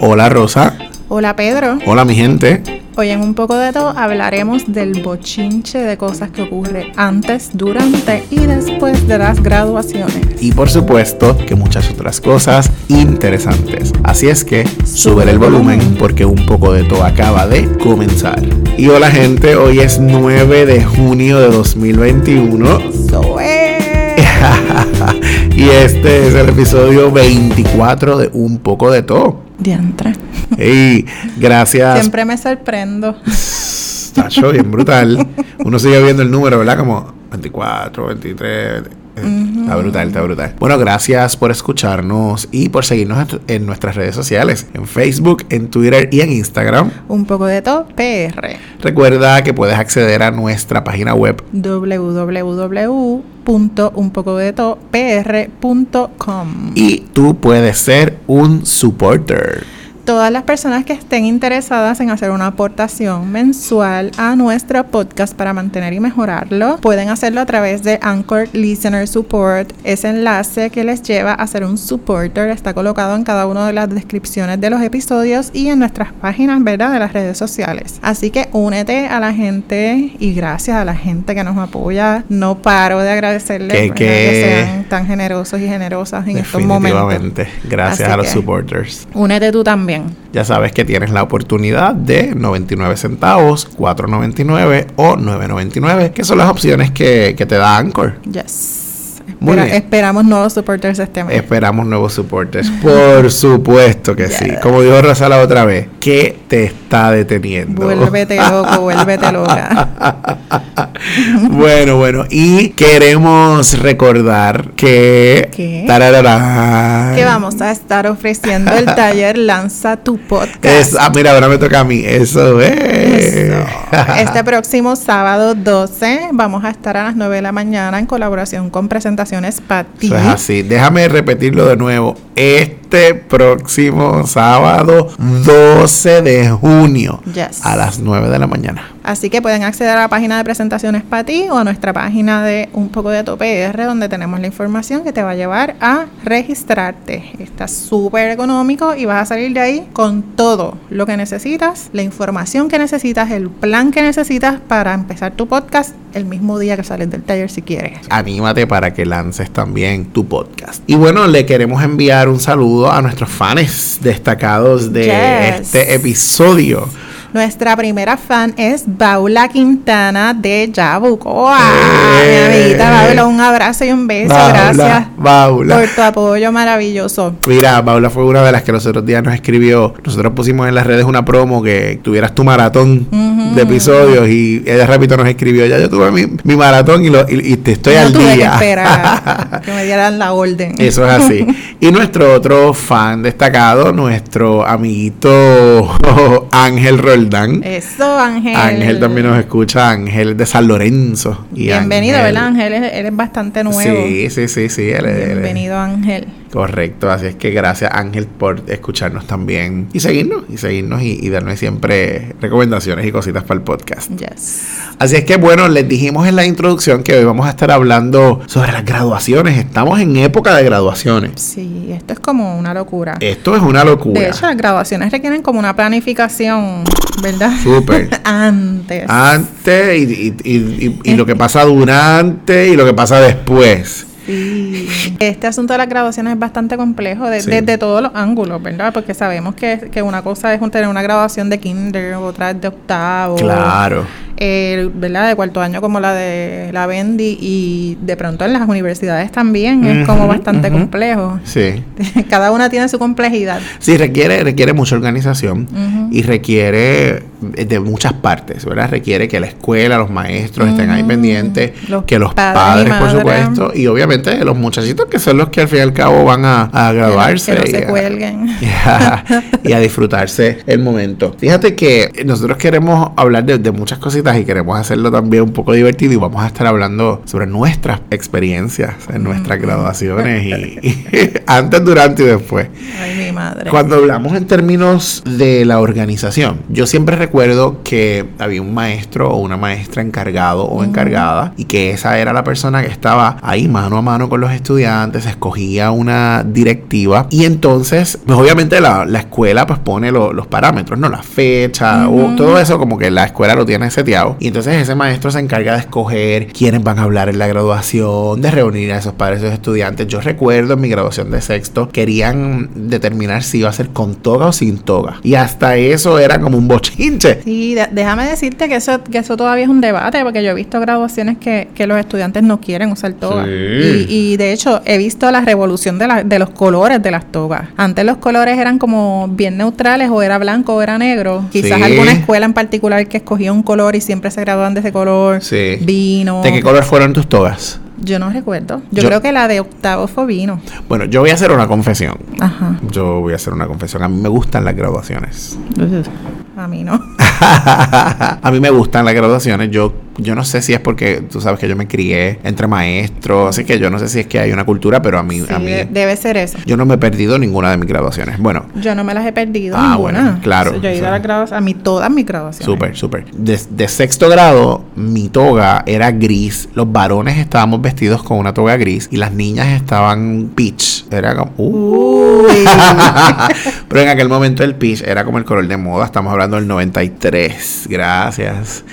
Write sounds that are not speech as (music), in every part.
Hola Rosa. Hola Pedro. Hola mi gente. Hoy en un poco de todo hablaremos del bochinche de cosas que ocurre antes, durante y después de las graduaciones. Y por supuesto que muchas otras cosas interesantes. Así es que sube el volumen porque un poco de todo acaba de comenzar. Y hola gente, hoy es 9 de junio de 2021. Zoe. y este es el episodio 24 de Un poco de todo. Diantre. Y gracias. Siempre me sorprendo. Tacho, bien brutal. Uno sigue viendo el número, ¿verdad? Como 24, 23. eh, Está brutal, está brutal. Bueno, gracias por escucharnos y por seguirnos en- en nuestras redes sociales, en Facebook, en Twitter y en Instagram. Un poco de todo, PR. Recuerda que puedes acceder a nuestra página web www.unpocodetopr.com y tú puedes ser un supporter. Todas las personas que estén interesadas en hacer una aportación mensual a nuestro podcast para mantener y mejorarlo, pueden hacerlo a través de Anchor Listener Support. Ese enlace que les lleva a ser un supporter está colocado en cada una de las descripciones de los episodios y en nuestras páginas, ¿verdad?, de las redes sociales. Así que únete a la gente y gracias a la gente que nos apoya. No paro de agradecerles Que- ¿verdad? que- que sean tan generosos y generosas en estos momentos. Definitivamente. Gracias Así a los que- supporters. Únete tú también. Ya sabes que tienes la oportunidad de 99 centavos, 4.99 o 9.99, que son las opciones que, que te da Anchor. Yes. Muy Espera- bien. Esperamos nuevos supporters este mes. Esperamos nuevos supporters. (laughs) Por supuesto que sí. Como dijo Rosa la otra vez, ¿qué te está deteniendo? (laughs) Vuélvete loco, vuélvete loca. (laughs) bueno, bueno. Y queremos recordar que... ¿Qué? Tarararán. Que vamos a estar ofreciendo el taller Lanza tu podcast. Es- ah, mira, ahora me toca a mí. Eso es. (laughs) Eso. Este próximo sábado 12 vamos a estar a las 9 de la mañana en colaboración con Presentaciones Pati. Eso es así. Déjame repetirlo de nuevo. Este próximo sábado 12 de junio Yes. a las 9 de la mañana. Así que pueden acceder a la página de Presentaciones Pati o a nuestra página de Un poco de Tope R, donde tenemos la información que te va a llevar a registrarte. Está súper económico y vas a salir de ahí con todo lo que necesitas, la información que necesitas, el plan que necesitas para empezar tu podcast el mismo día que sales del taller si quieres. Anímate para que lances también tu podcast. Y bueno, le queremos enviar un saludo a nuestros fans destacados de Yes. este episodio. Nuestra primera fan es Baula Quintana de Yabucoa. Eh. Mi amiguita Baula, un abrazo y un beso. Paula, Gracias. Paula. Por tu apoyo maravilloso. Mira, Paula fue una de las que los otros días nos escribió. Nosotros pusimos en las redes una promo que tuvieras tu maratón Ujú. de episodios y ella rápido nos escribió. Ya yo tuve mi, mi maratón y, lo, y, y te estoy no al tuve día. que esperar que me dieran la orden. (laughs) Eso es así. Y nuestro otro fan destacado, nuestro amiguito (laughs) Ángel Roldán. Eso, Ángel. Ángel también nos escucha, Ángel de San Lorenzo. Y Bienvenido, ¿verdad, Ángel? Él, él es bastante nuevo. Sí, sí, sí, sí. él- él- él- Bienvenido, Ángel. Correcto, así es que gracias Ángel por escucharnos también y seguirnos y seguirnos y, y darnos siempre recomendaciones y cositas para el podcast. Yes. Así es que bueno, les dijimos en la introducción que hoy vamos a estar hablando sobre las graduaciones. Estamos en época de graduaciones. Sí, esto es como una locura. Esto es una locura. de hecho, (laughs) las graduaciones requieren como una planificación, ¿verdad? Súper. (laughs) Ah. Antes. Antes y, y- y- y- y lo que pasa durante y lo que pasa después. Sí. Este asunto de las graduaciones es bastante complejo de- Sí. desde todos los ángulos, ¿verdad? Porque sabemos que, que una cosa es un- tener una graduación de kinder, otra es de octavo. Claro. eh, ¿verdad? De cuarto año como la de la Bendy y de pronto en las universidades también es como Ujú, bastante ujú. complejo. (laughs) Sí. Cada una tiene su complejidad. Sí, requiere, requiere mucha organización Ujú. y requiere eh, de muchas partes, ¿verdad? Requiere que la escuela, los maestros estén ahí Mm, pendientes, los que los padres y padres, por madres. supuesto, y obviamente los muchachitos que son los que al fin y al cabo van a, a Que no- graduarse. Que no se y a- cuelguen. y a- (laughs) y a disfrutarse el momento. Fíjate que nosotros queremos hablar de, de muchas cositas y queremos hacerlo también un poco divertido y vamos a estar hablando sobre nuestras experiencias en nuestras graduaciones y, (laughs) y antes, durante y después. Ay, mi madre. Cuando hablamos en términos de la organización, yo siempre recuerdo que había un maestro o una maestra encargado o encargada y que esa era la persona que estaba ahí mano a mano con los estudiantes, escogía una directiva y entonces, pues obviamente la, la escuela pues pone lo- los parámetros, ¿no? La fecha, o todo eso como que la escuela lo tiene seteado y entonces ese maestro se encarga de escoger quiénes van a hablar en la graduación, de reunir a esos padres, esos estudiantes. Yo recuerdo en mi graduación de sexto querían determinar si iba a ser con toga o sin toga y hasta eso era como un bochinche. Sí, de- déjame decirte que eso, que eso todavía es un debate, porque yo he visto graduaciones que, que los estudiantes no quieren usar toga. Sí. Y, y de hecho, he visto la revolución de, la- de los colores de las togas. Antes los colores eran como bien neutrales, o era blanco o era negro. Quizás Sí. alguna escuela en particular que escogía un color y siempre se graduaban de ese color. Sí. Vino. ¿De qué color fueron tus togas? Yo no recuerdo. Yo, Yo- creo que la de octavo fue vino. Bueno, yo voy a hacer una confesión. Ajá. Yo voy a hacer una confesión. A mí me gustan las graduaciones. A mí no. (laughs) a mí me gustan las graduaciones. Yo, yo no sé si es porque tú sabes que yo me crié entre maestros, así que yo no sé si es que hay una cultura, pero a mí, Sí, eh, a mí de- debe ser eso. yo no me he perdido ninguna de mis graduaciones. Bueno, Yo no me las he perdido. Ah, ninguna. bueno, claro. Yo he ido a las graduaciones, a mí todas mis graduaciones. Súper, súper. De, de sexto grado, mi toga era gris. Los varones estábamos vestidos con una toga gris y las niñas estaban peach. Era como. ¡uh! (laughs) Pero en aquel momento el peach era como el color de moda. Estamos hablando del 93. Gracias.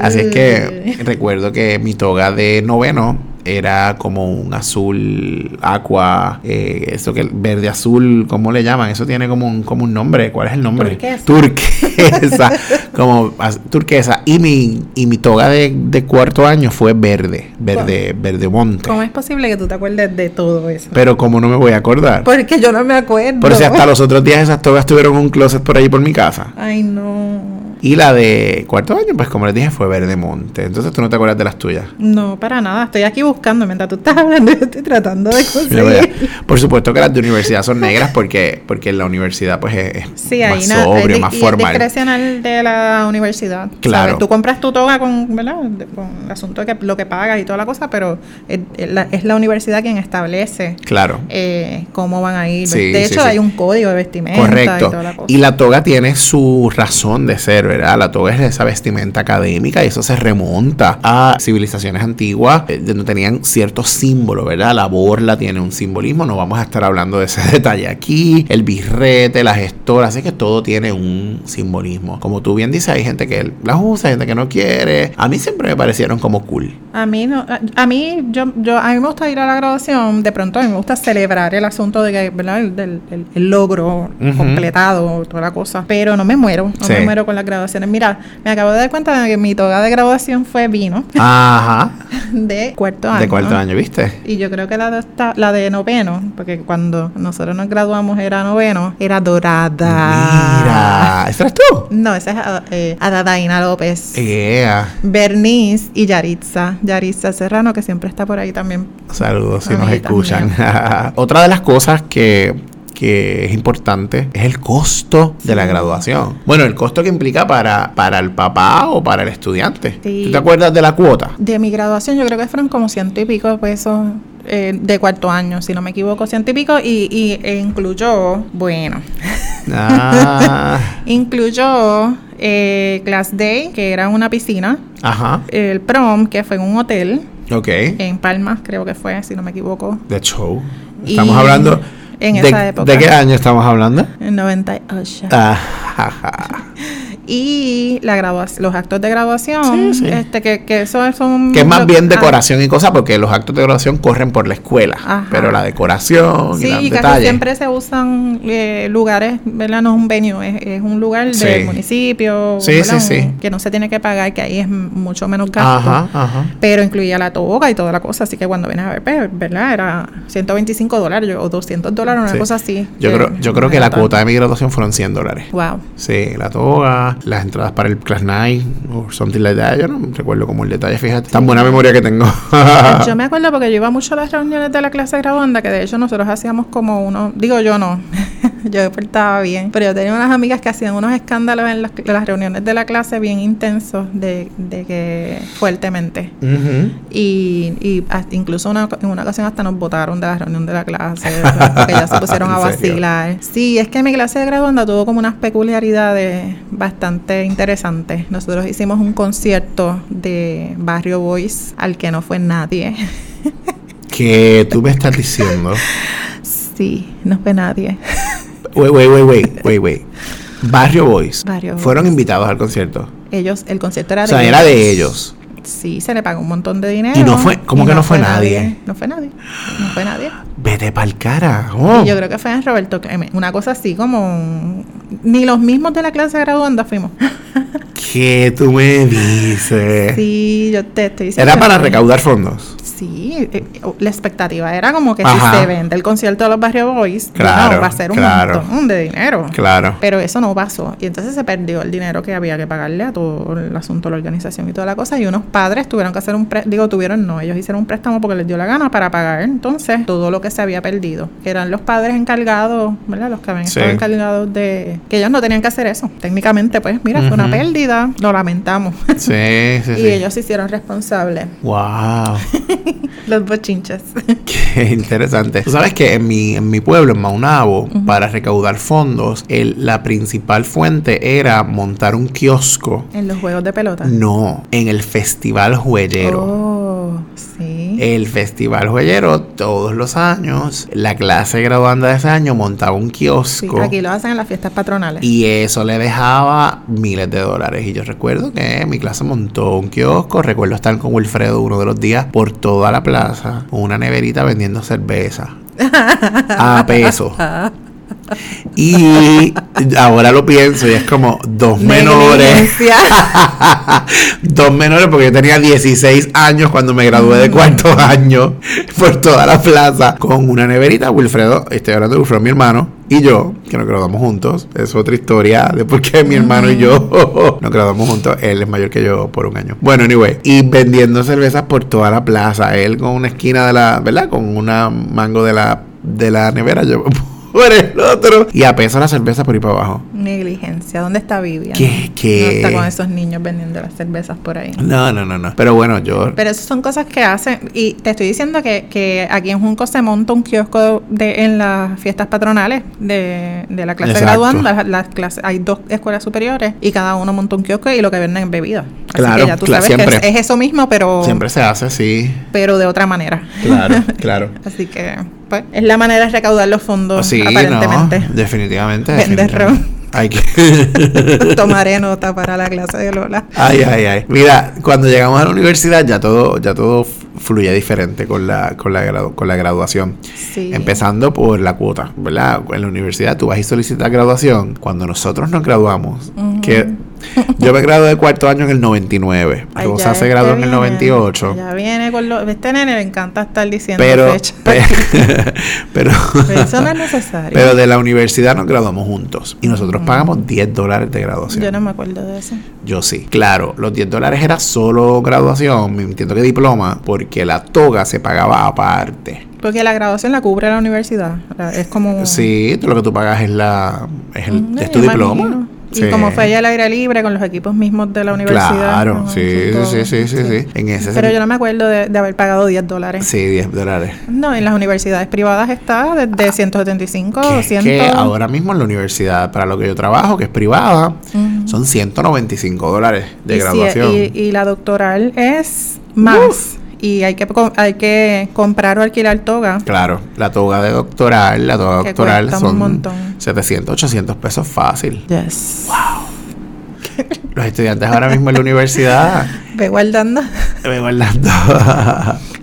Así es que recuerdo que mi toga de noveno era como un azul aqua, eh, eso que el verde azul, ¿cómo le llaman? Eso tiene como un, como un nombre. ¿Cuál es el nombre? Turquesa. Turquesa. como az- turquesa. Y mi, y mi toga de, de cuarto año fue verde, verde, verde monte. ¿Cómo es posible que tú te acuerdes de todo eso? Pero como no me voy a acordar. Porque yo no me acuerdo. Por si hasta los otros días esas togas tuvieron un closet por ahí por mi casa. Ay, no. Y la de cuarto año, pues como les dije, fue verde monte. Entonces tú no te acuerdas de las tuyas. No, para nada. Estoy aquí buscando. Mientras tú estás hablando, (laughs) yo estoy tratando de Mira, vea. conseguir. Por supuesto que las de universidad son negras porque, porque en la universidad pues es, es Sí, más ahí nada. sobrio, es más di- y Es formal. discrecional de la universidad. Claro. ¿sabes? Tú compras tu toga con, ¿verdad? De- Con el asunto de que lo que pagas y toda la cosa, pero es, es la, es la universidad quien establece Claro. eh, cómo van a ir. Sí, de sí, hecho, sí. hay un código de vestimenta y Correcto. toda la cosa. Y la toga tiene su razón de ser, ¿verdad? La toga es esa vestimenta académica y eso se remonta a civilizaciones antiguas eh, donde tenían ciertos símbolos, ¿verdad? La borla tiene un simbolismo, no vamos a estar hablando de ese (laughs) detalle aquí, el birrete, la gestora, así que todo tiene un simbolismo. Como tú bien dices, hay gente que las usa, hay gente que no quiere. A mí siempre me parecieron como (laughs) cool. A mí no, a, a mí yo, yo a mí me gusta ir a la graduación, de pronto a mí me gusta celebrar el asunto de que, ¿verdad? El, del- el- el logro Ujú. completado, toda la cosa, pero no me muero, no Sí. me muero con las graduaciones. Mira, me acabo de dar cuenta de que mi toga de graduación fue vino (laughs) Ajá. de cuarto año. De cuarto año, ¿viste? Y yo creo que la de, octa- la de noveno, porque cuando nosotros nos graduamos era noveno, era Ah. dorada. Mira, ¿esa eres (laughs) tú? No, esa es a- eh, Adadaina López. Yeah. Bernice y Yaritza, Yaritza Serrano, que siempre está por ahí también. Saludos si nos Amiguitas escuchan. (laughs) Otra de las cosas que, que es importante es el costo de la Sí. graduación. Bueno, el costo que implica para, para el papá o para el estudiante. Sí. ¿Tú te acuerdas de la cuota? (laughs) De mi graduación, yo creo que fueron como ciento y pico de pesos eh, de cuarto año, si no me equivoco, ciento y pico, y, y- e incluyó, bueno, Ah, incluyó eh, Class Day, que era una piscina, ajá. el prom, que fue en un hotel, Ok. De en Palmas, creo que fue, si no me equivoco, show. Estamos Y hablando. en de, esa época. ¿De qué año estamos hablando? en 98. Ah. Ajá. Y la gradua- los actos de graduación, Sí, sí. este que, que eso son... Que es más lo- bien ah, decoración y cosas, porque los actos de graduación corren por la escuela. Ajá. Pero la decoración y Sí, los casi detalles. siempre se usan eh, lugares, ¿verdad? No es un venue, es, es un lugar Sí. del municipio Sí, sí, ¿verdad? sí. Un- que no se tiene que pagar, que ahí es m- mucho menos gasto. Ajá, ajá. Pero incluía la toga y toda la cosa, así que cuando vienes a ver, pues, ¿verdad? Era 125 dólares yo- o 200 dólares, una Sí. cosa así. Yo, que- creo, yo creo que la cuota de mi graduación fueron 100 dólares. Wow. Sí, la toga, las entradas para el Class Night o something like that. Yo no recuerdo como el detalle, fíjate. Tan buena memoria que tengo. (laughs) Yo me acuerdo porque yo iba mucho a las reuniones de la clase graduanda, que de hecho nosotros hacíamos como uno, digo yo no, (laughs) yo me portaba bien. Pero yo tenía unas amigas que hacían unos escándalos en las, las reuniones de la clase bien intensos, de, de que fuertemente. Ujú. Y, y hasta- incluso una, en una ocasión hasta nos votaron de la reunión de la clase, o sea, porque (laughs) ya se pusieron a ¿En serio? vacilar. Sí, es que mi clase de graduanda tuvo como unas peculiaridades bastante interesantes. Nosotros hicimos un concierto de Barrio Boys al que no fue nadie. Que tú me estás diciendo. Sí, no fue nadie. Wait, wait, wait, wait, wait, wait. Barrio Boys. Barrio Boys. Fueron invitados al concierto. Ellos, el concierto era O de sea, era de ellos. Sí, se le pagó un montón de dinero. Y no fue- ¿cómo que no fue nadie? No fue nadie. No fue nadie. Vete pa'l Oh, carajo. Y yo creo que fue en Roberto Clemente. Una cosa así como... un- Ni los mismos de la clase graduanda fuimos. ¿Qué tú me dices? Sí, yo te estoy diciendo... Eh. Era que para fue- recaudar fondos. Sí, eh, la expectativa era como que Ajá. si se vende el concierto de los Barrio Boys, Claro, bueno, va a ser un claro. montón de dinero. Claro. Pero eso no pasó. Y entonces se perdió el dinero que había que pagarle a todo el asunto, la organización y toda la cosa. Y unos padres tuvieron que hacer un préstamo, digo, tuvieron no, ellos hicieron un préstamo porque les dio la gana para pagar entonces todo lo que se había perdido. Que eran los padres encargados, ¿verdad? Los que habían Sí. estado encargados de... Que ellos no tenían que hacer eso. Técnicamente, pues, mira, fue una Ujú. pérdida, lo lamentamos. Sí, sí, sí. (laughs) y ellos se hicieron responsables. Wow. Los bochinches. Qué interesante. Tú sabes que en mi, en mi pueblo, en Maunabo, para recaudar fondos, el- la principal fuente era montar un kiosco. (laughs) en los juegos de pelota. No, en el Festival Juellero. Ah. Oh, sí. El Festival Joyero, todos los años, la clase graduanda de ese año montaba un Sí, kiosco. aquí lo hacen en las fiestas patronales. y eso le dejaba miles de dólares. Y yo recuerdo que mi clase montó un kiosco. Recuerdo estar con Wilfredo uno de los días por toda la plaza, con una neverita vendiendo cerveza a peso. Y ahora lo pienso y es como dos menores. (laughs) Negligencia. Dos menores porque yo tenía 16 años cuando me gradué de cuarto (laughs) año por toda la plaza con una neverita. Wilfredo, estoy hablando de Wilfredo, mi hermano, y yo, que nos graduamos juntos. Es otra historia de por qué mi hermano y yo (laughs) nos graduamos juntos. Él es mayor que yo por un año. Bueno, anyway, y vendiendo cervezas por toda la plaza. Él con una esquina de la, ¿verdad? Con una mango de la, de la nevera, yo (laughs) por el otro. Y a peso la cerveza por ahí para abajo. Negligencia. ¿Dónde está Vivian? ¿Qué? No está con ¿Qué? esos niños vendiendo las cervezas por ahí. No, no, no, no. Pero bueno, yo Pero esas son cosas que hacen. Y te estoy diciendo que, que aquí en Junco se monta un kiosco de, en las fiestas patronales de, de la clase Exacto. graduanda. Las, las clases, hay dos escuelas superiores y cada uno monta un kiosco y lo que venden es bebida. Así Claro, que ya tú claro, sabes que siempre. es, es eso mismo, pero, Siempre se hace así. pero de otra manera. (laughs) Claro, claro. (laughs) Así que, pues, es la manera de recaudar los fondos, Sí, (laughs) aparentemente. no, definitivamente. Vender definitivamente. ron. Hay que... (laughs) Tomaré nota para la clase de Lola. Ay, ay, ay. Mira, cuando llegamos a la universidad ya todo, ya todo fluye diferente con la, con la, gradu- con la graduación. Sí. Empezando por la cuota, ¿verdad? En la universidad tú vas y solicitas graduación. Cuando nosotros nos graduamos, Ujú. (laughs) que yo me gradué de cuarto año en el 99. Ay, Rosa ya se este graduó en el viene, 98. Ya viene con lo. Este nene le encanta estar diciendo (laughs) Pero, fecha. pe- pero, (laughs) Pero (laughs) eso no es necesario. Pero de la universidad nos graduamos juntos y nosotros Ujú. pagamos 10 dólares de graduación. Mm. Yo no me acuerdo de eso. Yo sí. Claro, los 10 dólares era solo graduación, me entiendo que diploma, porque la toga se pagaba aparte. Porque la graduación la cubre la universidad. la- Es como. Sí, tú- lo que tú pagas es, la, es, el, Mm, es yo tu imagino. diploma. Y Sí. como fue allá al aire libre con los equipos mismos de la universidad. Claro, ¿no? sí, Eso sí, sí, todo. sí, sí, sí. En ese Pero sen- yo no me acuerdo de, de haber pagado 10 dólares. Sí, 10 dólares. No, en las universidades privadas está desde 175 Que o es 100. que ahora mismo en la universidad, para lo que yo trabajo, que es privada, Ujú. son 195 dólares de Mm. Y si- graduación. y, y la doctoral es más. Y hay que, co- hay que comprar o alquilar toga. Claro, la toga de doctoral, la toga Que doctoral cuesta un son montón. 700, 800 pesos fácil. Yes. Los estudiantes ahora mismo en la universidad, (laughs) Ve guardando. me guardando,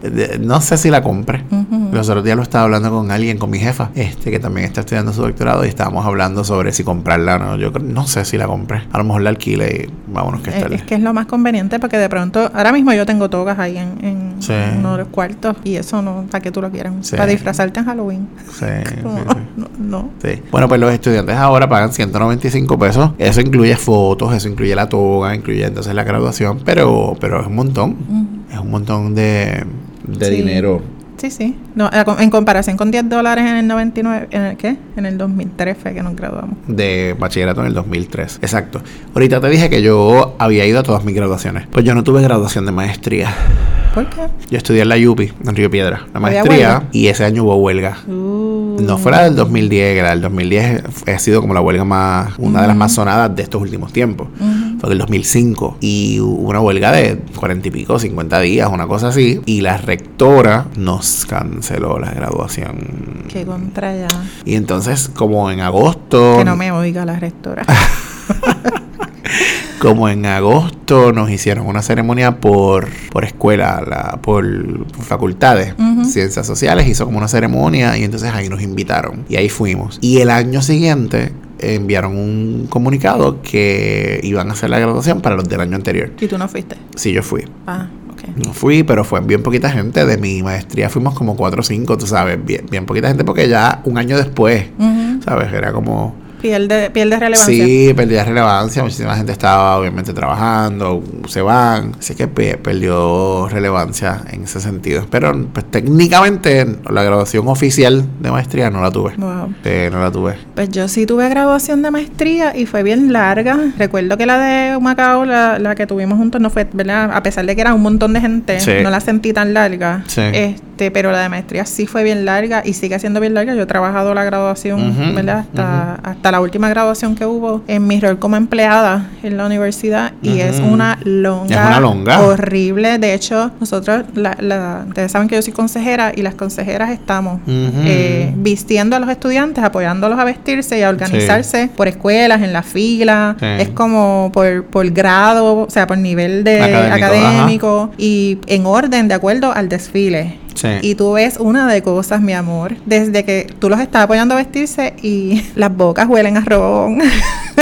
de- (laughs) no sé si la compré. Ujú. Los otros días lo estaba hablando con alguien, con mi jefa, este que también está estudiando su doctorado y estábamos hablando sobre si comprarla o no. Yo creo- no sé si la compré. A lo mejor la alquile y vámonos que Es, estarle. es que es lo más conveniente porque de pronto, ahora mismo yo tengo togas ahí en, en Sí. uno de los cuartos y eso no, para que tú lo quieras, Sí. para disfrazarte en Halloween. Sí, Como, sí, sí. no, no. Sí. Bueno, pues los estudiantes ahora pagan 195 pesos. Eso incluye fotos, eso incluye la toga, incluye entonces la graduación, pero, pero es un montón. Ujú. Es un montón de, de Sí. dinero. Sí, sí. No, en comparación con 10 dólares en el 99, ¿en el qué? En el 2003 fue que nos graduamos. De bachillerato en el 2003, exacto. Ahorita te dije que yo había ido a todas mis graduaciones. Pues yo no tuve graduación de maestría. ¿Por qué? Yo estudié en la Yupi, en Río Piedra, la maestría, huelga? y ese año hubo huelga. Uh, No fue la del 2010, que la del 2010 ha sido como la huelga más, una de las más sonadas de estos últimos tiempos. Ujú. Fue en el 2005 y hubo una huelga de 40 y pico, 50 días, una cosa así. Y la rectora nos canceló la graduación. Qué contra ya. Y entonces, como en agosto, Que no me oiga la rectora. como en agosto nos hicieron una ceremonia por, por escuela, la, por, por facultades, Ujú. ciencias sociales, hizo como una ceremonia y entonces ahí nos invitaron y ahí fuimos. Y el año siguiente enviaron un comunicado que iban a hacer la graduación para los del año anterior. y tú no fuiste. Sí, yo fui. Ah, ok. No fui, pero fue bien poquita gente. De mi maestría fuimos como 4 o 5, tú sabes, bien, bien poquita gente porque ya un año después, Ujú. ¿sabes? Era como... Pierde, pierde relevancia. Sí, perdía relevancia. Muchísima gente estaba obviamente trabajando, se van. Así que pe- perdió relevancia en ese sentido. Pero pues, técnicamente la graduación oficial de maestría no la tuve. Wow. Eh, no la tuve. Pues yo sí tuve graduación de maestría y fue bien larga. Recuerdo que la de Macao, la, la que tuvimos juntos, no fue, ¿verdad? A pesar de que era un montón de gente, Sí. no la sentí tan larga. Sí. Este, pero la de maestría sí fue bien larga y sigue siendo bien larga. Yo he trabajado la graduación, Ujú, ¿verdad? Hasta, hasta la última graduación que hubo en mi rol como empleada en la universidad y es Ujú. una longa. Es una longa. Horrible. De hecho, nosotros, la, la- ustedes saben que yo soy consejera y las consejeras estamos Ujú. eh, vistiendo a los estudiantes, apoyándolos a vestirse y a organizarse por escuelas, en la fila, Sí. es como por, por grado, o sea, por nivel de Académico, académico, y en orden, de acuerdo al desfile. Sí. Y tú ves una de cosas, mi amor, desde que tú los estás apoyando a vestirse y (laughs) las bocas huelen a robón. (laughs)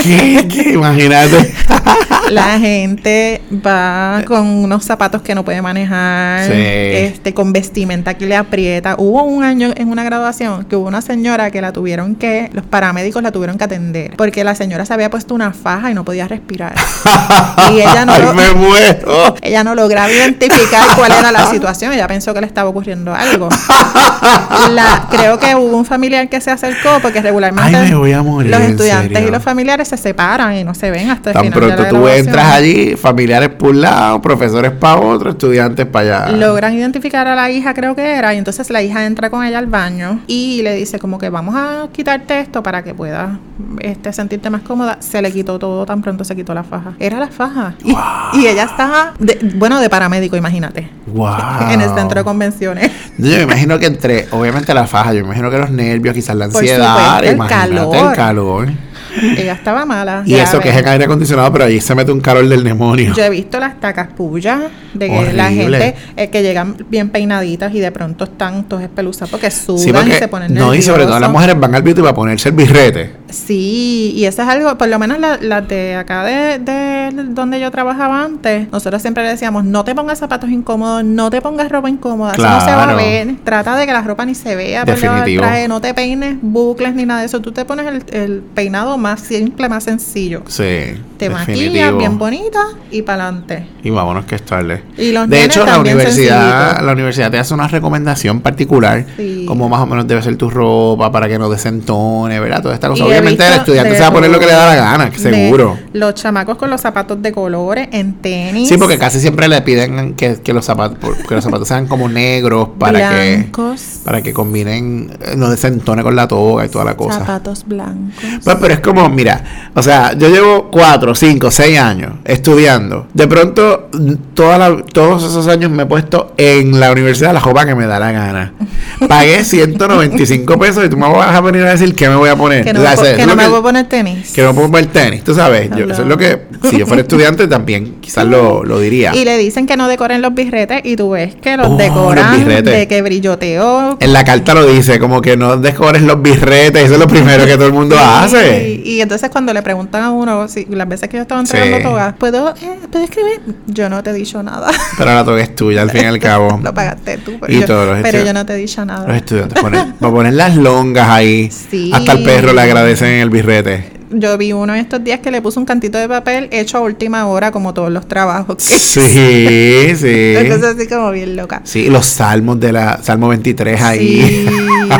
¿Qué? ¿Qué? Imagínate. (laughs) La gente va con unos zapatos que no puede manejar, Sí. este, con vestimenta que le aprieta. Hubo un año en una graduación que hubo una señora que la tuvieron que, los paramédicos la tuvieron que atender, porque la señora se había puesto una faja y no (laughs) podía respirar. (laughs) Y ella no Ay, lo- me muero. Ella no lograba identificar cuál era la situación, ella pensó que le estaba (laughs) ocurriendo algo. La, creo que hubo un familiar que se acercó, porque regularmente Ay, me voy a morir, los en estudiantes serio. y los familiares se separan y no se ven hasta el Tan Este final de pronto la tú graduación. entras allí, familiares por un lado, profesores para otro, estudiantes para allá. logran identificar a la hija, creo que era, y entonces la hija entra con ella al baño y le dice como que vamos a quitarte esto para que puedas este, sentirte más cómoda. Se le quitó todo, tan pronto se quitó la faja. Era la faja. Y, y ella estaba, de- bueno, de paramédico, imagínate, Wow. en el centro (laughs) de convenciones. Yo me imagino que entre, obviamente la faja, yo me imagino que los nervios, quizás la Por ansiedad, supuesto, el imagínate calor. el calor. ella estaba mala. Y eso grave. que es en aire acondicionado, pero ahí se mete un calor del demonio. Yo he visto las tacas puyas de que la Horrible. gente eh, que llegan bien peinaditas y de pronto están todos espeluzados porque sudan Sí, porque- y se ponen no, y sobre todo las nerviosos. mujeres van al beauty para ponerse el birrete. Sí, y eso es algo, por lo menos la- las de acá de, de donde yo trabajaba antes, nosotros siempre le decíamos, no te pongas zapatos incómodos, no te pongas ropa incómoda, eso no se va a Claro. ver, trata de que la ropa ni se vea, por debajo del Definitivo. traje, no te peines bucles ni nada de eso, tú te pones el, el peinado más simple, más sencillo, Sí. te maquillas definitivo. bien bonita y para adelante. Y vámonos que es tarde. Y los De nenes hecho, la también universidad, sencillitos. la universidad te hace una recomendación particular, Sí. como más o menos debe ser tu ropa para que no desentone, ¿verdad? Toda esta cosa. Y he Pues Obviamente el visto estudiante de se va a poner lo que le da la todo. gana, De seguro. Los chamacos con los zapatos de colores, en tenis. Sí, porque casi siempre le piden que, que los zapatos que los zapatos sean como negros para blancos. que para que combinen, eh, no desentone con la toga y toda la cosa. Zapatos blancos. Pues, pero es como, mira, o sea, yo llevo cuatro, cinco, seis años estudiando. De pronto, mm, toda la- todos esos años me he puesto en la universidad la ropa que me da la gana. (laughs) Pagué 195 pesos y tú me vas a venir a decir que me voy a poner. que no, La- me, po- es que lo no me que- voy a poner tenis. que no puedo poner tenis, tú sabes. Yo, eso es lo que, si yo fuera estudiante, también quizás lo, lo diría. Y le dicen que no decoren los birretes y tú ves que los Oh, los decoran birretes. de que brilloteo. En la carta lo dice, como que no descubres los birretes, eso es lo primero que todo el mundo hace. Y, y entonces cuando le preguntan a uno, si, las veces que yo estaba entregando Sí. todas, ¿puedo, eh, ¿puedo escribir? Yo no te he (laughs) dicho nada. Pero la toga es tuya, al fin y al cabo. (laughs) Lo pagaste tú, pero, Y yo, todos los pero estudiantes- yo no te he dicho nada. Los estudiantes ponen, para poner las longas ahí. Ah. Sí. Hasta el perro le agradecen el birrete. yo vi uno de estos días que le puso un cantito de papel hecho a última hora, como todos los trabajos. Que (laughs) Sí, sí. Entonces así como bien loca. Sí, los salmos de la Salmo 23 ahí. Sí,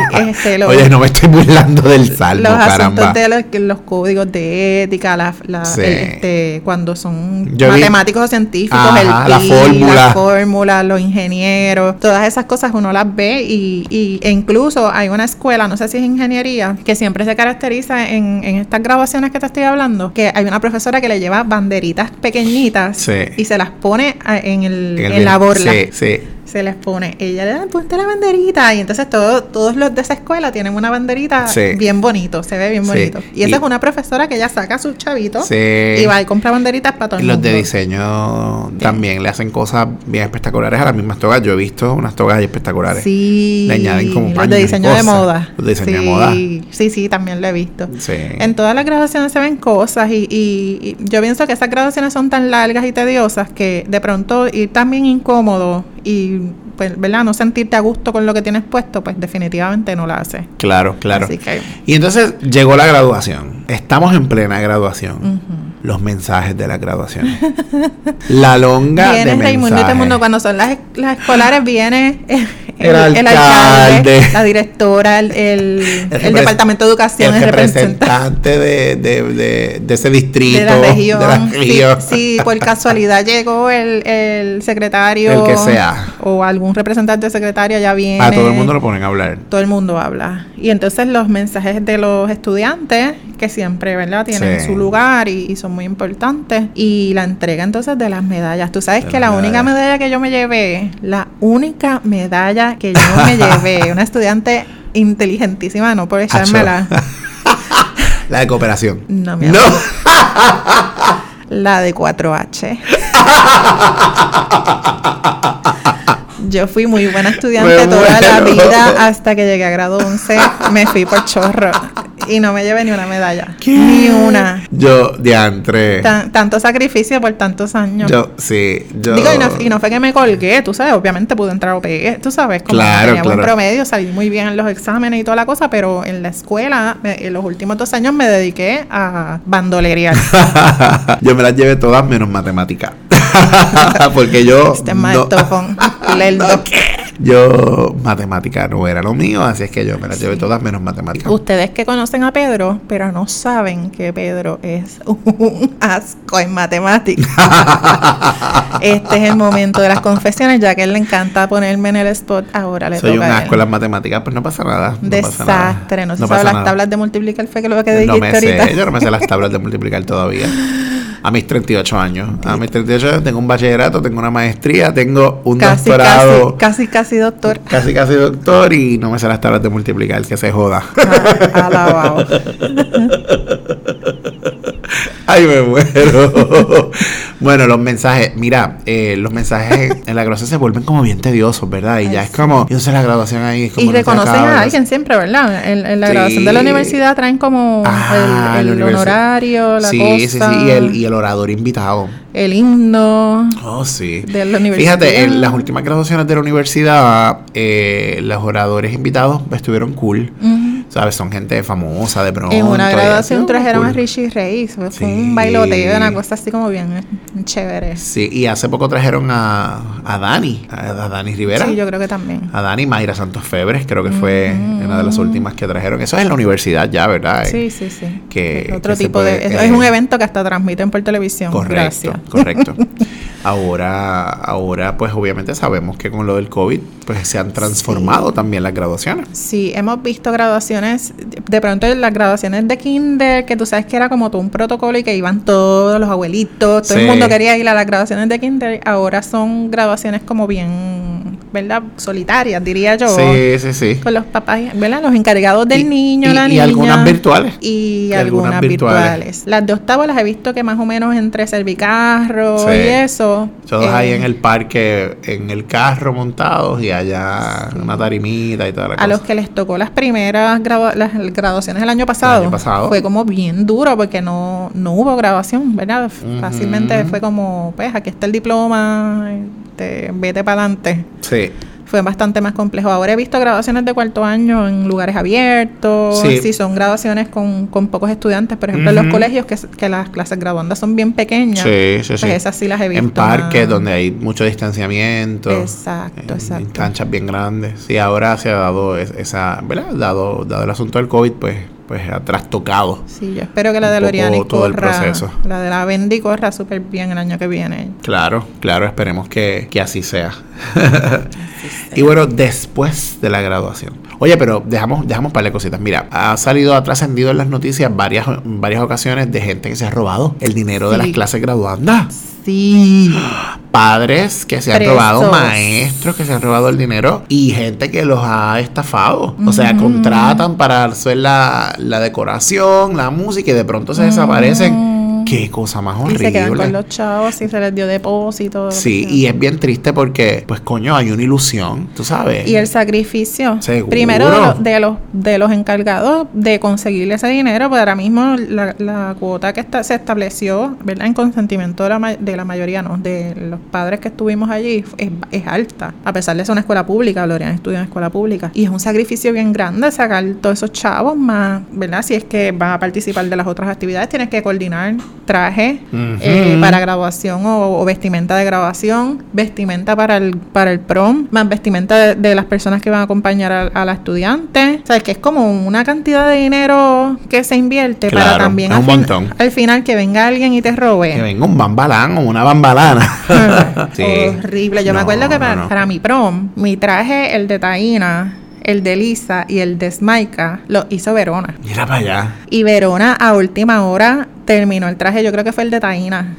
(laughs) este, lo- Oye, no me estoy burlando del salmo, los caramba. asuntos de los, los códigos de ética, la, la- Sí. el- este, cuando son Yo vi- matemáticos o científicos, Ajá, el la PI, fórmula. la fórmula, los ingenieros, todas esas cosas uno las ve y, y- e incluso hay una escuela, no sé si es ingeniería, que siempre se caracteriza en, en estas grabaciones que te estoy hablando, que hay una profesora que le lleva banderitas pequeñitas Sí. y se las pone a- en, el, En el en bien- la borla Sí, sí. se les pone, ella le da, ponte la banderita. Y entonces todo- todos los de esa escuela tienen una banderita Sí. bien bonito, se ve bien Sí. bonito. Y esa Y- es una profesora que ella saca a sus chavitos Sí. y va y compra banderitas para todo Y el los mundo. de diseño también le hacen cosas bien espectaculares a las mismas togas. Yo he visto unas togas espectaculares. Sí, Le añaden como los paños de y diseño de cosas. moda. Los de diseño de sí, moda. Sí, sí, también lo he visto. Sí. En todas las graduaciones se ven cosas y, y- y yo pienso que esas graduaciones son tan largas y tediosas que de pronto ir también incómodo y, pues, ¿verdad? No sentirte a gusto con lo que tienes puesto, pues definitivamente no la hace. Claro, claro. Así que... Y entonces llegó la graduación. Estamos en plena graduación. Ujú. Los mensajes de la (laughs) graduación. la longa Viene de Raimundo y todo el mensajes. mundo, cuando son las, las escolares, viene el, El alcalde. la directora, el, el- El el repres- departamento de educación, El el representante representante de, de, de, de ese distrito. de la región. de la Sí, región. sí, por casualidad llegó el, el secretario. El que sea. O algún representante secretario ya viene. A todo el mundo lo ponen a hablar. todo el mundo habla. Y entonces los mensajes de los estudiantes, que siempre, ¿verdad?, tienen Sí. su lugar y, y son muy importantes. Y la entrega entonces de las medallas. Tú sabes De que las la única medallas. medalla que yo me llevé, la única medalla que yo (laughs) me llevé, una estudiante inteligentísima, no (laughs) por echármela. La de cooperación. No, mi No. amor. La de 4H. Yo fui muy buena estudiante Me toda la muero. vida hasta que llegué a grado 11. Me fui por chorro y no me llevé ni una medalla. Ni una. Este Yo, diantre. Tan- tanto sacrificio por tantos años. Yo, sí. Yo, Digo, y no, y no fue que me colgué, tú sabes, obviamente pude entrar a OPE, tú sabes, como Claro, tenía buen claro. promedio, salí muy bien en los exámenes y toda la cosa, pero en la escuela, me- en los últimos dos años me dediqué a (laughs) bandolería. (laughs) yo me las llevé todas menos matemática. (laughs) Porque yo. Este no- maestofón, lerdo. (laughs) yo, matemática no era lo mío, así es que yo me las llevé todas menos matemática. (laughs) Ustedes que conocen a Pedro, pero no saben que Pedro es (laughs) un asco en matemáticas. Este es el momento de las confesiones, ya que él le encanta ponerme en el spot. Ahora le Soy un toca a él. asco en las matemáticas, pues no pasa nada. no pasa nada, Desastre, no, se pasa sabe las nada. tablas de multiplicar, fue que lo que dijiste no me ahorita. sé, yo no me sé las tablas (laughs) de multiplicar todavía. A mis 38 años. A mis 38 años tengo un bachillerato, tengo una maestría, tengo un casi, doctorado. casi, casi, casi doctor. Casi, casi doctor y no me sé las tablas de multiplicar, que se joda. (laughs) Ah, alabado. Ay, me muero. (laughs) bueno, los mensajes, mira, eh, los mensajes en la graduación se vuelven como bien tediosos, ¿verdad? Y Ay, ya es sí. como, yo sé la graduación ahí. es (laughs) como Y no se reconocen acaba, a no alguien siempre, ¿verdad? En, en la Sí. graduación de la universidad traen como Ah, el, el la universidad. honorario, la sí, cosa, sí, sí, y el, y el orador invitado. el himno. Oh, sí. De la universidad. Fíjate, en las últimas graduaciones de la universidad, eh, los oradores invitados estuvieron cool. Ujú. ¿Sabes? Son gente famosa de pronto. En una y graduación así, trajeron a cool. Richie Reyes, fue Sí. un bailoteo, una cosa así como bien eh, chévere. Sí, y hace poco trajeron a, a Dani, a, a Dani Rivera. Sí, yo creo que también. A Dani Mayra Santos Febres, creo que fue Ujú. una de las últimas que trajeron. Eso es en la universidad ya, ¿verdad? Sí, sí, sí. que- Es otro que se tipo de... puede, es- eh, es un evento que hasta transmiten por televisión. Correcto, Gracias. (laughs) correcto. Ahora, ahora, pues obviamente sabemos que con lo del COVID, pues se han transformado también las graduaciones. Sí, hemos visto graduaciones, de pronto las graduaciones de kinder, que tú sabes que era como todo un protocolo y que iban todos los abuelitos, todo Sí. el mundo quería ir a las graduaciones de kinder, ahora son graduaciones como bien, ¿verdad? Solitarias, diría yo. Sí, sí, sí. Con los papás, ¿verdad? Los encargados del Y- niño, y- la y niña. algunas virtuales. Y, Y algunas algunas, virtuales. virtuales. Las de octavo las he visto que más o menos entre Servicarro Sí. y eso. Todos eh, ahí en el parque, en el carro montados y allá una tarimita y toda la a los cosa. que les tocó las primeras gradua- las graduaciones del año pasado, año pasado. fue como bien duro porque no, no hubo graduación, ¿verdad? F- Ujú. Fácilmente fue como, pues aquí está el diploma, este, vete para adelante. Sí. fue bastante más complejo. Ahora he visto graduaciones de cuarto año en lugares abiertos, Sí. si son graduaciones con, con pocos estudiantes, por ejemplo, en Ujú. los colegios que, s- que las clases graduandas son bien pequeñas. Sí, sí, Pues sí. esas sí las he visto. En parques más. donde hay mucho distanciamiento. Exacto, en- En exacto. canchas bien grandes. Sí, ahora se ha dado es- esa, ¿verdad? Dado, dado el asunto del COVID, pues, pues ha trastocado. Sí, yo espero que la Un de poco Loriani todo el corra, proceso. la de la Bendy corra súper bien el año que viene. Claro, claro, esperemos que, que así sea. y bueno, después de la graduación. Oye, pero dejamos, dejamos un par de cositas. Mira, ha salido, ha trascendido en las noticias varias, en varias ocasiones de gente que se ha robado el dinero de Sí. las clases graduandas. Sí. Padres que se han Presos. robado, maestros que se han robado el dinero y gente que los ha estafado. O sea, Ujú. contratan para hacer la, la decoración, la música y de pronto se desaparecen. Ujú. Qué cosa más Y horrible. se quedan con los chavos y se les dio depósito. lo que Sí, sea. y es bien triste porque, pues coño, hay una ilusión, tú sabes. Y el sacrificio. Pues, Seguro. Primero de, los- de los de los encargados de conseguir ese dinero, pues ahora mismo la, la cuota que esta- se estableció, ¿verdad? En consentimiento de la, ma- de la mayoría, no, de los padres que estuvimos allí, es, es alta. A pesar de ser una escuela pública, Lorian estudia en escuela pública. Y es un sacrificio bien grande sacar todos esos chavos más, ¿verdad? Si es que van a participar de las otras actividades, tienes que coordinar traje Ujú. eh, para graduación o, o vestimenta de graduación, vestimenta para el, para el prom, más vestimenta de, de las personas que van a acompañar a, a la estudiante. O sea, que es como una cantidad de dinero que se invierte para Claro, también es un al fin- montón. al final que venga alguien y te robe. Que venga un bambalán o una bambalana. (laughs) (laughs) Sí. Horrible. Yo me No, acuerdo que no, para, no. para mi prom, mi traje, el de Taína, el de Lisa y el de Smaika, lo hizo Verona. Mira para allá. (laughs) Y Verona a última hora terminó el traje, yo creo que fue el de Taína.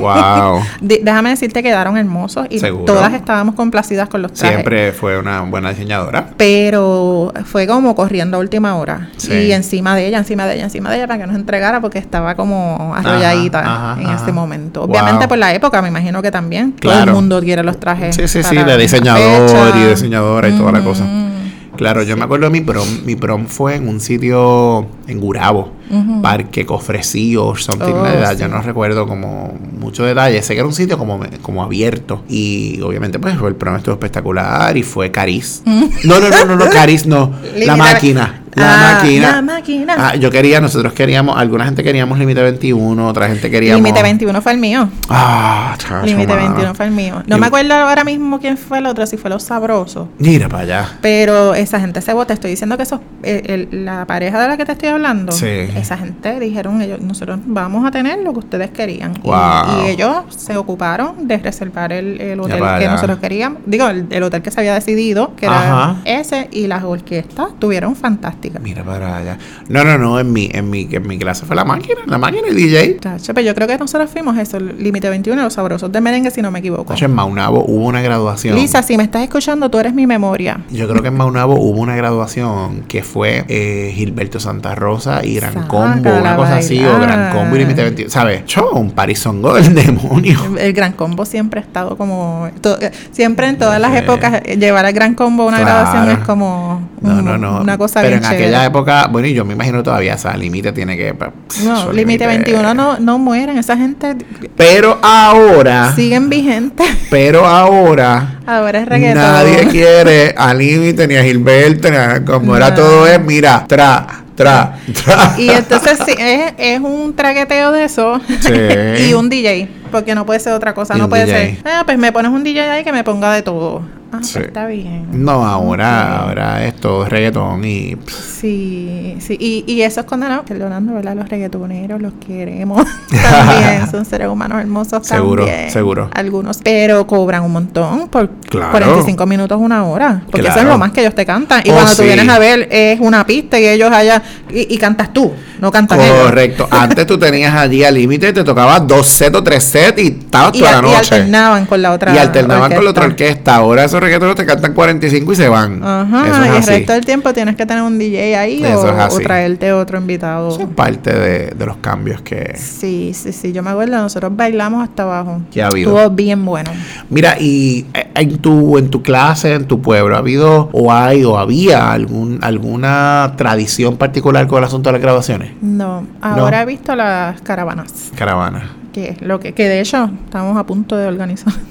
Wow. De- déjame decirte, quedaron hermosos y Seguro. todas estábamos complacidas con los trajes. Siempre fue una buena diseñadora. Pero fue como corriendo a última hora. Sí. Y encima de ella, encima de ella, encima de ella, para que nos entregara, porque estaba como arrolladita Ajá, ajá, en ajá. ese momento. Wow. Obviamente por la época, me imagino que también. Todo Claro. el mundo quiere los trajes. Sí, sí, sí, para de diseñador fecha. Mm. y diseñadora y toda la cosa. Ujú. Claro, yo me acuerdo de mi prom. Mi prom fue en un sitio en Gurabo, Ujú. Parque Cofrecillo o something Oh, like that. sí. Yo no recuerdo como mucho detalle. Sé que era un sitio como, como abierto. Y obviamente, pues, el prom estuvo espectacular y fue Caris. No, no, no, no, no, Caris (laughs) no. La Mm. Límite- máquina. Ah, La máquina. La máquina. Ah, yo quería, nosotros queríamos, alguna gente queríamos Límite 21, otra gente queríamos. Límite 21 fue el mío. Ah, chacho, Límite mano. 21 fue el mío. No Y- me acuerdo ahora mismo quién fue el otro, si fue los sabrosos. Mira para allá. Pero esa gente se vota. Estoy diciendo que esos, el- el- la pareja de la que te estoy hablando, Sí. esa gente dijeron ellos, nosotros vamos a tener lo que ustedes querían. Y- Wow. Y, ellos se ocuparon de reservar el, el hotel para que allá. nosotros queríamos. Digo, el, el hotel que se había decidido, que Ajá. era ese, y las orquestas tuvieron fantásticas. Mira para allá. No, no, no, en mi, en mi, en mi clase fue la máquina, la máquina y DJ. Tacho, pero yo creo que nosotros fuimos eso, el límite 21, los sabrosos de merengue, si no me equivoco. Tacho, en Maunabo hubo una graduación. Lisa, si me estás escuchando, tú eres mi memoria. Yo creo que en Maunabo hubo una graduación que fue eh, Gilberto Santa Rosa y Gran Sácala Combo, una cosa así, o Gran bailar. Combo y Límite 21. ¿Sabes? Yo, un parizongo del demonio. (laughs) El, el gran combo siempre ha estado como. to- eh, siempre en todas las Sí. épocas, eh, llevar al gran combo a una Claro. grabación es como. No, un- no, no. Una cosa Pero bien en chévere. aquella época, bueno, y yo me imagino todavía, esa límite tiene que. pues, pa- No, eso, límite 21 no, no mueren. Esa gente Pero ahora, siguen vigente. (laughs) pero ahora, Ahora es reggaetón. nadie quiere a límite ni a Gilberto, ni a- como era No. todo es, mira, tra, tra, tra. Y entonces sí, es, es un traqueteo de eso. Sí. (laughs) y un DJ. Porque no puede ser otra cosa. Y No un puede DJ. ser. Ah, pues me pones un DJ ahí que me ponga de todo. Ah, pues Sí. está bien. No, ahora, Ok. ahora es todo reggaetón y. pss, Sí, sí, y, y esos condenados, perdonando, ¿verdad? Los reggaetoneros los queremos (laughs) (laughs) también, son seres humanos hermosos Seguro, también. seguro. Algunos, pero cobran un montón por Claro. 45 minutos, una hora, porque eso es Claro. lo más que ellos te cantan. Y Oh, cuando tú sí. vienes a ver, es una pista y ellos allá, y, y cantas tú, no cantan ellos. Correcto. Antes tú tenías allí al límite, te tocaba dos sets o tres sets y estabas Y, toda la al- y noche. alternaban con la otra y alternaban con la otra orquesta. orquesta. Ahora esos reggaetoneros te cantan 45 y se van. Ajá, y el resto del tiempo tienes que tener un DJ ahí o, Eso es así. o traerte otro invitado. Eso es parte de, de los cambios que, Sí, sí, sí, yo me acuerdo, nosotros bailamos hasta abajo. que ha habido. Estuvo bien bueno. Mira, y eh, en tu, en tu clase, en tu pueblo, ¿ha habido o hay o había algún, alguna tradición particular con el asunto de las graduaciones? No, ahora he visto las caravanas, Caravana. que es lo que, que de hecho estamos a punto de organizar. (laughs)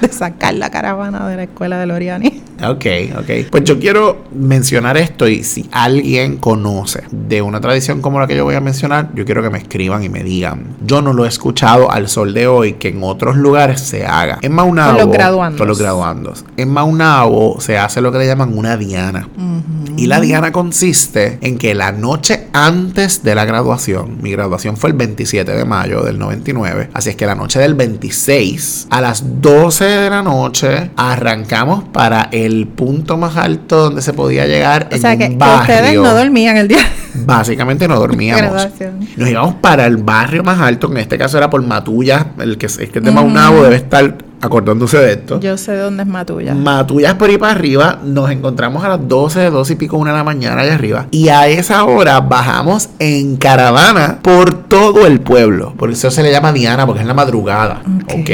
de sacar la caravana de la escuela de Loriani. Ok, ok. Pues yo quiero mencionar esto y si alguien conoce de una tradición como la que yo voy a mencionar, yo quiero que me escriban y me digan. Yo no lo he escuchado al sol de hoy que en otros lugares se haga. En Maunabo, Con los graduandos. con los graduandos. En Maunabo se hace lo que le llaman una diana. Y Mm. la diana consiste en que la noche antes de la graduación, mi graduación fue el 27 de mayo del 99, así es que la noche del 26 a las 12 de la noche arrancamos para el punto más alto donde se podía llegar O en sea un que, que barrio. ustedes no dormían el día. Básicamente no dormíamos. Graduación. Nos íbamos para el barrio más alto, que en este caso era por Matullas, el que es el que es de Ujú. Maunabo debe estar acordándose de esto. Yo sé dónde es Matuya. Matullas por ahí para arriba, nos encontramos a las 12, 12 y pico, una de la mañana allá arriba. Y a esa hora bajamos en caravana por todo el pueblo. Por eso se le llama Diana, porque es la madrugada. Ok. ¿Ok?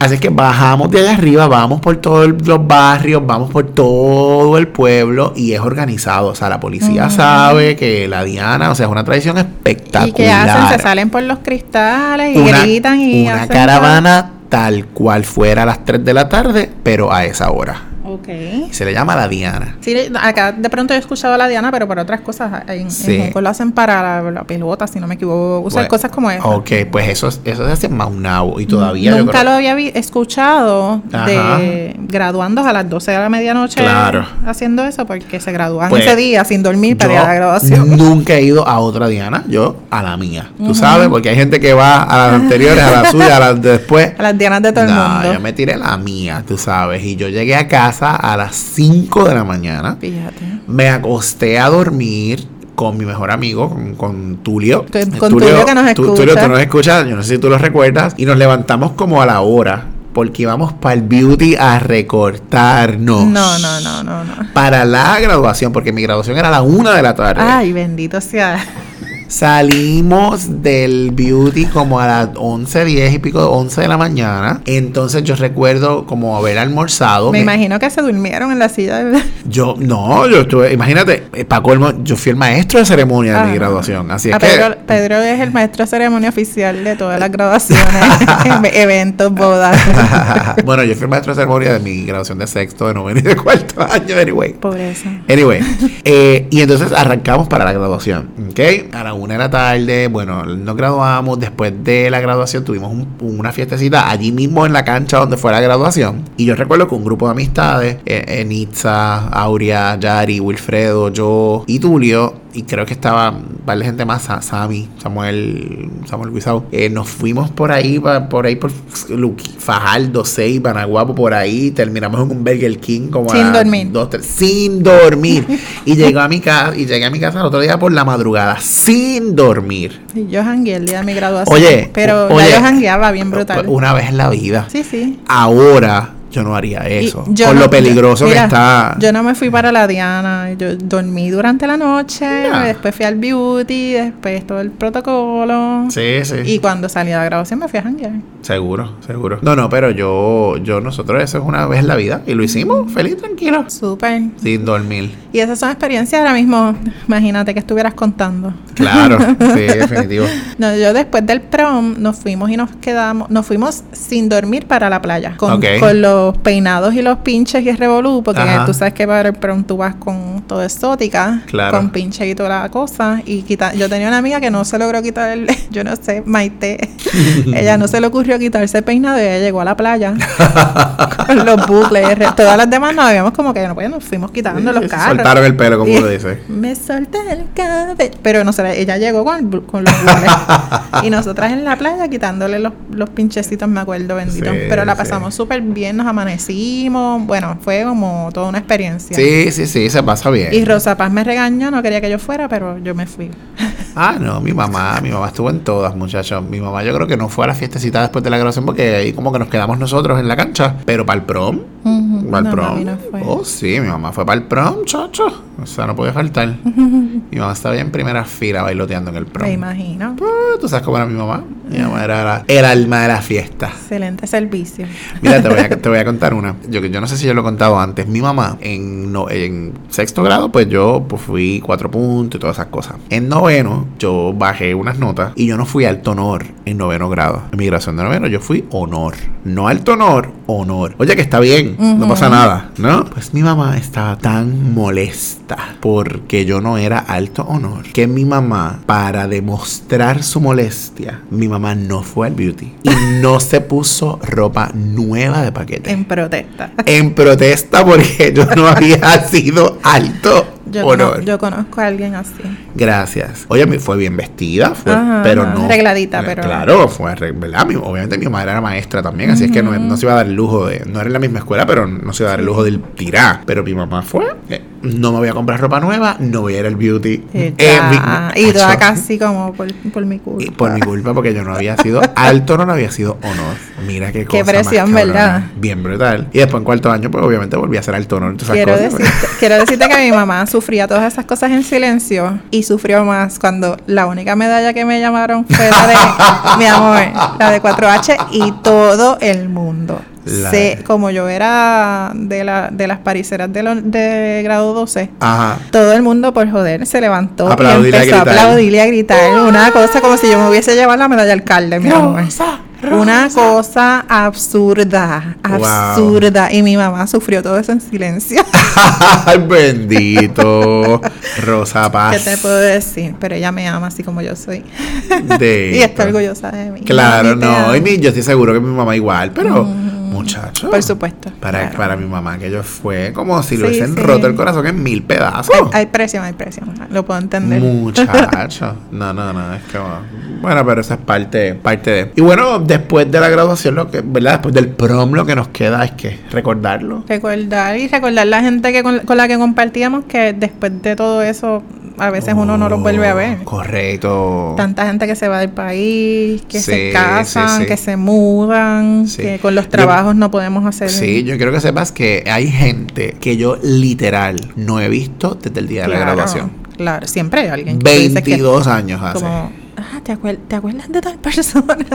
Así es que bajamos de allá arriba, vamos por todos los barrios, vamos por todo el pueblo y es organizado. O sea, la policía sabe que la Diana, o sea, es una tradición espectacular y que hacen, se salen por los cristales y gritan y una hacen- caravana tal cual fuera a las 3 de la tarde, pero a esa hora. Ok. Y se le llama la Diana. Sí, acá de pronto he escuchado a la Diana, pero para otras cosas. En, en Sí. Junco lo hacen para la, la pelota, si no me equivoco. Usan Bueno, cosas como esa. Ok, pues eso, es- eso se hace en Maunabo y todavía yo Nunca creo- lo había vi- escuchado Ajá. de graduandos a las 12 de la medianoche Claro. haciendo eso porque se gradúan Pues, ese día sin dormir para ir a la yo graduación. nunca he ido a otra Diana, yo a la mía. Tú sabes, porque hay gente que va a las anteriores, a (laughs) la suya, a las de después. (laughs) A las dianas de todo No, el yo mundo. me tiré la mía, tú sabes. Y yo llegué a casa a las 5 de la mañana. Fíjate. Me acosté a dormir con mi mejor amigo, con, con Tulio. Con- con Tulio que nos tú- escucha. Tulio, tú nos escuchas, yo no sé si tú lo recuerdas. Y nos levantamos como a la hora, porque íbamos para el beauty a recortarnos. No, no, no, no, no. Para la graduación, porque mi graduación era a la una de la tarde. Ay, bendito sea. Salimos del beauty como a las 11, 10 y pico, 11 de la mañana. Entonces yo recuerdo como haber almorzado. Me imagino que se durmieron en la silla de... Yo, no, yo estuve, imagínate, para colmo, yo fui el maestro de ceremonia de Ah. mi graduación, así es Ah, que... Pedro, Pedro es el maestro de ceremonia oficial de todas las graduaciones, (laughs) ev- eventos, bodas. bueno, yo fui el maestro de ceremonia de mi graduación de sexto, de noveno y de cuarto año, anyway. Pobreza. Anyway, eh, y entonces arrancamos para la graduación, ¿ok? A la una de la tarde, bueno, nos graduamos, después de la graduación tuvimos un- una fiestecita allí mismo en la cancha donde fue la graduación, y yo recuerdo que un grupo de amistades, eh, eh, Nitza, Aurea, Yari, Wilfredo, yo y Tulio, y creo que estaba un par de gente más, Sa- Sammy, Samuel, Samuel Guisao, eh, nos fuimos por ahí, pa- por ahí, por Luqui- Fajardo, Sey, Panaguapo, por ahí, terminamos en un Burger King como Sin a las dormir. dos, tres, sin dormir. (laughs) y llegó a mi casa, y llegué a mi casa el otro día por la madrugada, sin dormir. Y yo jangueé el día de mi graduación. Oye, Pero o- oye. ya yo jangueaba bien brutal. Una vez en la vida. Sí, sí. Ahora yo no haría Y eso. yo Por no- lo peligroso mira, que está. Yo no me fui para la Diana. Yo dormí durante la noche, Ya. después fui al beauty, después todo el protocolo. sí, sí. Y cuando salí de la graduación me fui a janguear. Seguro, seguro. No, no, pero yo, yo, nosotros eso es una vez en la vida y lo hicimos feliz, tranquilo, Súper. sin dormir. Y esas son experiencias ahora mismo. Imagínate que estuvieras contando. (laughs) Claro, sí, definitivo. No, yo después del prom nos fuimos y nos quedamos, nos fuimos sin dormir para la playa, con, Ok. con los peinados y los pinches y el revolú, porque Ajá. tú sabes que para el prom tú vas con todo exótica, Claro. con pinche y toda la cosa, y quita, yo tenía una amiga que no se logró quitar el, (laughs) yo no sé, (laughs) Maite, ella no se le ocurrió quitarse el peinado y ella llegó a (laughs) la playa con los bucles, re- todas las demás nos habíamos como que, no, pues nos fuimos quitando los carros. Soltaron el pelo, como Sí. uno dice. Me solté el cabello. Pero no sé, ella llegó con, el blu- con los (laughs) bules. y nosotras en la playa quitándole los, los pinchecitos, me acuerdo, bendito. Sí, Pero la sí. pasamos súper bien, nos amanecimos. Bueno, fue como toda una experiencia. Sí, sí, sí, se pasa bien. Y Rosa Paz me regañó, no quería que yo fuera, pero yo me fui. Ah, no, mi mamá, mi mamá estuvo en todas, muchachos. Mi mamá yo creo que no fue a la fiestecita después de la grabación porque ahí como que nos quedamos nosotros en la cancha. Pero para el prom, Ujú, para el no, prom. (laughs) mami no fue. Oh, sí, mi mamá fue para el prom, chacho. O sea, no puede faltar. mi mamá estaba ya en primera fila bailoteando en el prom. Me imagino. Pues, Tú sabes cómo era mi mamá. Mi mamá era la- el alma de la fiesta. Excelente servicio. Mira, te voy a, te voy a contar una. Yo, yo no sé si yo lo he contado antes. Mi mamá, en, no, en sexto grado, pues yo pues fui cuatro puntos y todas esas cosas. En noveno, yo bajé unas notas y yo no fui alto honor en noveno grado. En mi graduación de noveno, yo fui honor. No alto honor, honor. Oye, que está bien, no pasa nada, ¿no? Pues mi mamá estaba tan molesta porque yo no era alto honor que mi mamá, para demostrar su molestia, mi mamá no fue al beauty y no se puso ropa nueva de paquete. En, En protesta. protesta porque yo no había sido alto Yo, honor. cono- yo conozco a alguien así. Gracias. Oye, mi- fue bien vestida, fue, Ajá, pero ajá, no. arregladita, eh, pero- Claro, fue arre- ¿verdad? Mi- obviamente mi madre era maestra también, así es que no, no se iba a dar el lujo de. No era en la misma escuela, pero no se iba a dar el lujo del tirar. Pero mi mamá fue. eh, no me voy a comprar ropa nueva, no voy a ir al beauty. Y, Eh, mi- ya, (laughs) y Acho. toda casi como por, por mi Y culpa. por mi culpa, porque yo no había sido alto, no había sido honor. Mira qué cosa. Qué más presión, cabrona. ¿verdad? Bien brutal. Y después en cuarto año, pues obviamente volví a ser alto honor. todas esas Quiero cosas. pues. decirte, quiero decirte que mi mamá sufría todas esas cosas en silencio y sufrió más cuando la única medalla que me llamaron fue (laughs) la de, mi amor, la de 4H y todo el mundo. La- Sé, como yo era de, la, de las pariceras de, lo- de grado 12, Ajá. todo el mundo por joder se levantó Aplaudir y y a empezó a, gritar. aplaudir y a gritar. Una cosa como si yo me hubiese llevado la medalla de alcalde, mi amor. Una cosa absurda, Wow. absurda. Y mi mamá sufrió todo eso en silencio. (laughs) Ay, bendito. Rosa ¿Qué Paz. te puedo decir? Pero ella me ama así como yo soy. de (laughs) Y está esto. orgullosa de mí. Claro, Mami, te no. amo. Y mi- yo estoy seguro que mi mamá igual, pero muchacho. Mm. Por supuesto. Para, claro. para mi mamá, que yo fue como si le Sí, hubiesen sí. roto el corazón en mil pedazos. Hay presión, hay presión. Lo puedo entender. (laughs) Muchacho. No, no, no, es que bueno. Bueno, pero esa es parte, parte de. Y bueno, después de la graduación, lo que, ¿verdad? Después del prom, lo que nos queda es que recordarlo. Recordar y recordar la gente que con, con la que compartíamos que después de todo eso a veces uno no los vuelve a ver. Oh, Correcto. Tanta gente que se va del país, que Sí, se casan, sí, sí. que se mudan, Sí. que con los Yo- trabajos no podemos hacer. Sí, yo quiero que sepas que hay gente que yo literal no he visto desde el día de la Claro, graduación. Claro, siempre hay alguien que dice que 22 años hace. como, ah, ¿te, acuer- ¿te acuerdas de tal persona? (laughs)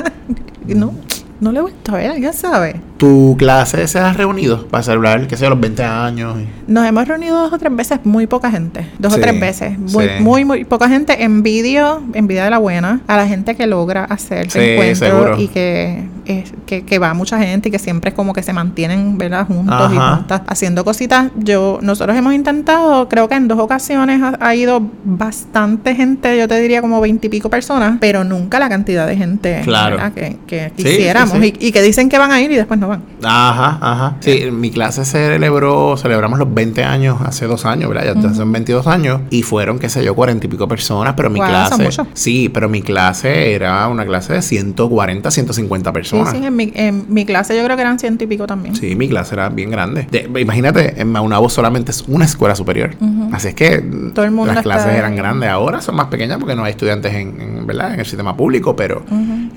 Y no, no le he vuelto a ver, ya sabe. ¿Tu clase se ha reunido para celebrar, qué sé yo, los 20 años? Nos hemos reunido dos o tres veces, muy poca gente. Dos Sí, o tres veces. Muy, sí. muy, muy poca gente. Envidio, envidia de la buena, a la gente que logra hacer Sí, el encuentro seguro. y que, es- que, que va mucha gente y que siempre es como que se mantienen, ¿verdad? Juntos y Ajá. juntas haciendo cositas. Yo, nosotros hemos intentado, creo que en dos ocasiones ha, ha ido bastante gente, yo te diría como veintipico personas, pero nunca la cantidad de gente Claro. ¿verdad? que, que Sí, sí, quisiéramos sí. Y, y que dicen que van a ir y después no van. Ajá, ajá. Sí, en mi clase se celebró, celebramos los 20 años hace dos años, ¿verdad? Ya son 22 años y fueron, qué sé yo, 40 y pico personas, pero mi Wow, son clase... muchos. Sí, pero mi clase era una clase de 140, 150 Sí, personas. sí, en mi, en mi clase yo creo que eran ciento y pico también. Sí, mi clase era bien grande. De- imagínate, en Maunabo solamente es una escuela superior. Así es que mm, Todo el mundo las está- clases eran grandes. Ahora son más pequeñas porque no hay estudiantes en, en, ¿verdad? en el sistema público, pero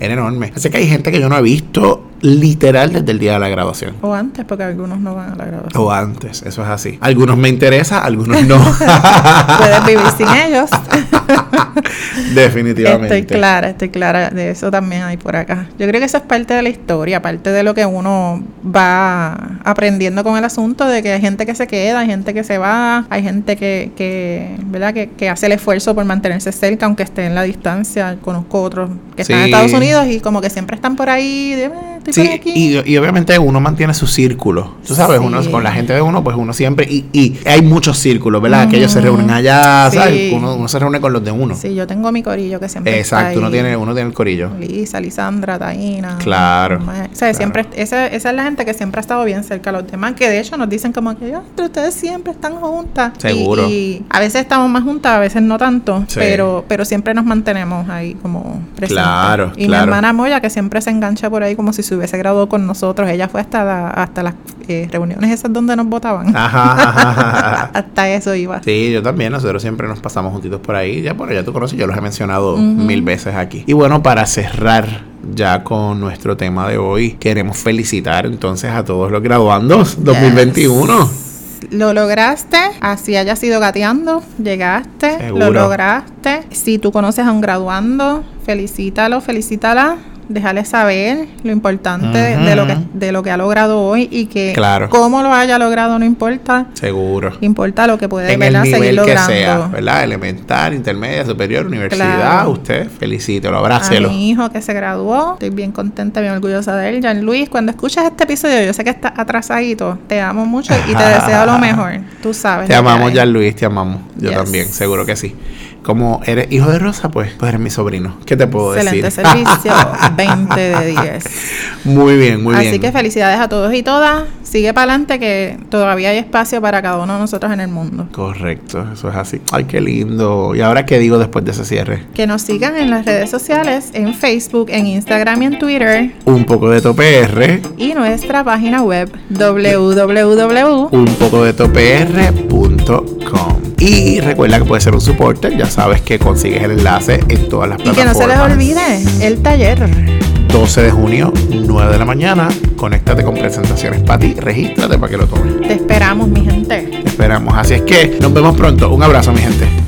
era enorme. Así que hay gente que yo no he visto literal desde el día de la graduación. O antes, porque algunos no van a la graduación. O antes, eso es así. Algunos me interesa, algunos (laughs) no. Puedes vivir (laughs) sin ellos. Definitivamente. estoy clara, estoy clara de eso también hay por acá. Yo creo que eso es parte de la historia, parte de lo que uno va aprendiendo con el asunto de que hay gente que se queda, hay gente que se va, hay gente que, que ¿verdad? Que, que hace el esfuerzo por mantenerse cerca, aunque esté en la distancia. Conozco otros que están en Sí. Estados Unidos y como que siempre están por ahí, de, "Eh, estoy Sí, por aquí. y, y obviamente uno mantiene su círculo. Tú sabes, uno Sí. con la gente de uno, pues uno siempre. Y, y hay muchos círculos, ¿verdad? Que ellos se reúnen allá, Sí. ¿sabes? Uno, uno se reúne con los de uno. Sí, yo tengo mi corillo que siempre está Exacto, uno ahí. tiene, uno tiene el corillo. Lisa, Lisandra, Taina. Claro, Ma- O sea, claro. siempre, esa, esa es la gente que siempre ha estado bien cerca a los demás, que de hecho nos dicen como que, "Ay, pero ustedes siempre están juntas. Y- Seguro. Y, a veces estamos más juntas, a veces no tanto, Sí. pero, pero siempre nos mantenemos ahí como presentes. Claro, Y claro. mi hermana Moya, que siempre se engancha por ahí como si se hubiese graduado con nosotros, ella fue hasta, la- hasta las eh, reuniones esas donde nos votaban. Ah, Ajá, ajá, ajá. (laughs) hasta eso iba. Sí, yo también, nosotros siempre nos pasamos juntitos por ahí. Ya, bueno, ya tú conoces, yo los he mencionado Ujú. mil veces aquí. Y bueno, para cerrar ya con nuestro tema de hoy, queremos felicitar entonces a todos los graduandos 2021. Yes. Lo lograste, así hayas ido gateando, llegaste, Seguro. lo lograste. Si tú conoces a un graduando, felicítalo, felicítala. Déjale saber lo importante de, lo que, Ujú. de lo que ha logrado hoy y que Claro. cómo lo haya logrado no importa. Seguro. Importa lo que puede en el ¿verdad? seguir nivel que logrando. sea, ¿verdad? Elemental, intermedia, superior, universidad, Claro. usted felicítelo, A abrácelo. mi hijo que se graduó. Estoy bien contenta, bien orgullosa de él. Jean Luis, cuando escuchas este episodio, yo sé que estás atrasadito. Te amo mucho y te deseo lo mejor. Tú sabes. Te lo que amamos, hay. Jan Luis, te amamos. Yo Pues eh, Yes. también, seguro que sí. Como eres hijo de Rosa, pues, pues eres mi sobrino. ¿Qué te puedo Excelente decir? (laughs) Ah, servicio. 20 de 10. Muy bien, muy Así bien. que felicidades a todos y todas. Sigue para adelante que todavía hay espacio para cada uno de nosotros en el mundo. Correcto, eso es así. Ay, qué lindo. ¿Y ahora qué digo después de ese cierre? Que nos sigan en las redes sociales, en Facebook, en Instagram y en Twitter. Un poco de topr, Y nuestra página web www. un poco de topr.com. Y recuerda que puedes ser un supporter, ya sabes que consigues el enlace en todas las Y que no plataformas. se les olvide eh. el taller. 12 de junio, 9 de la mañana. Conéctate con presentaciones para ti. Regístrate para que lo tomes. Te esperamos, mi gente. Te esperamos. Así es que nos vemos pronto. Un abrazo, mi gente.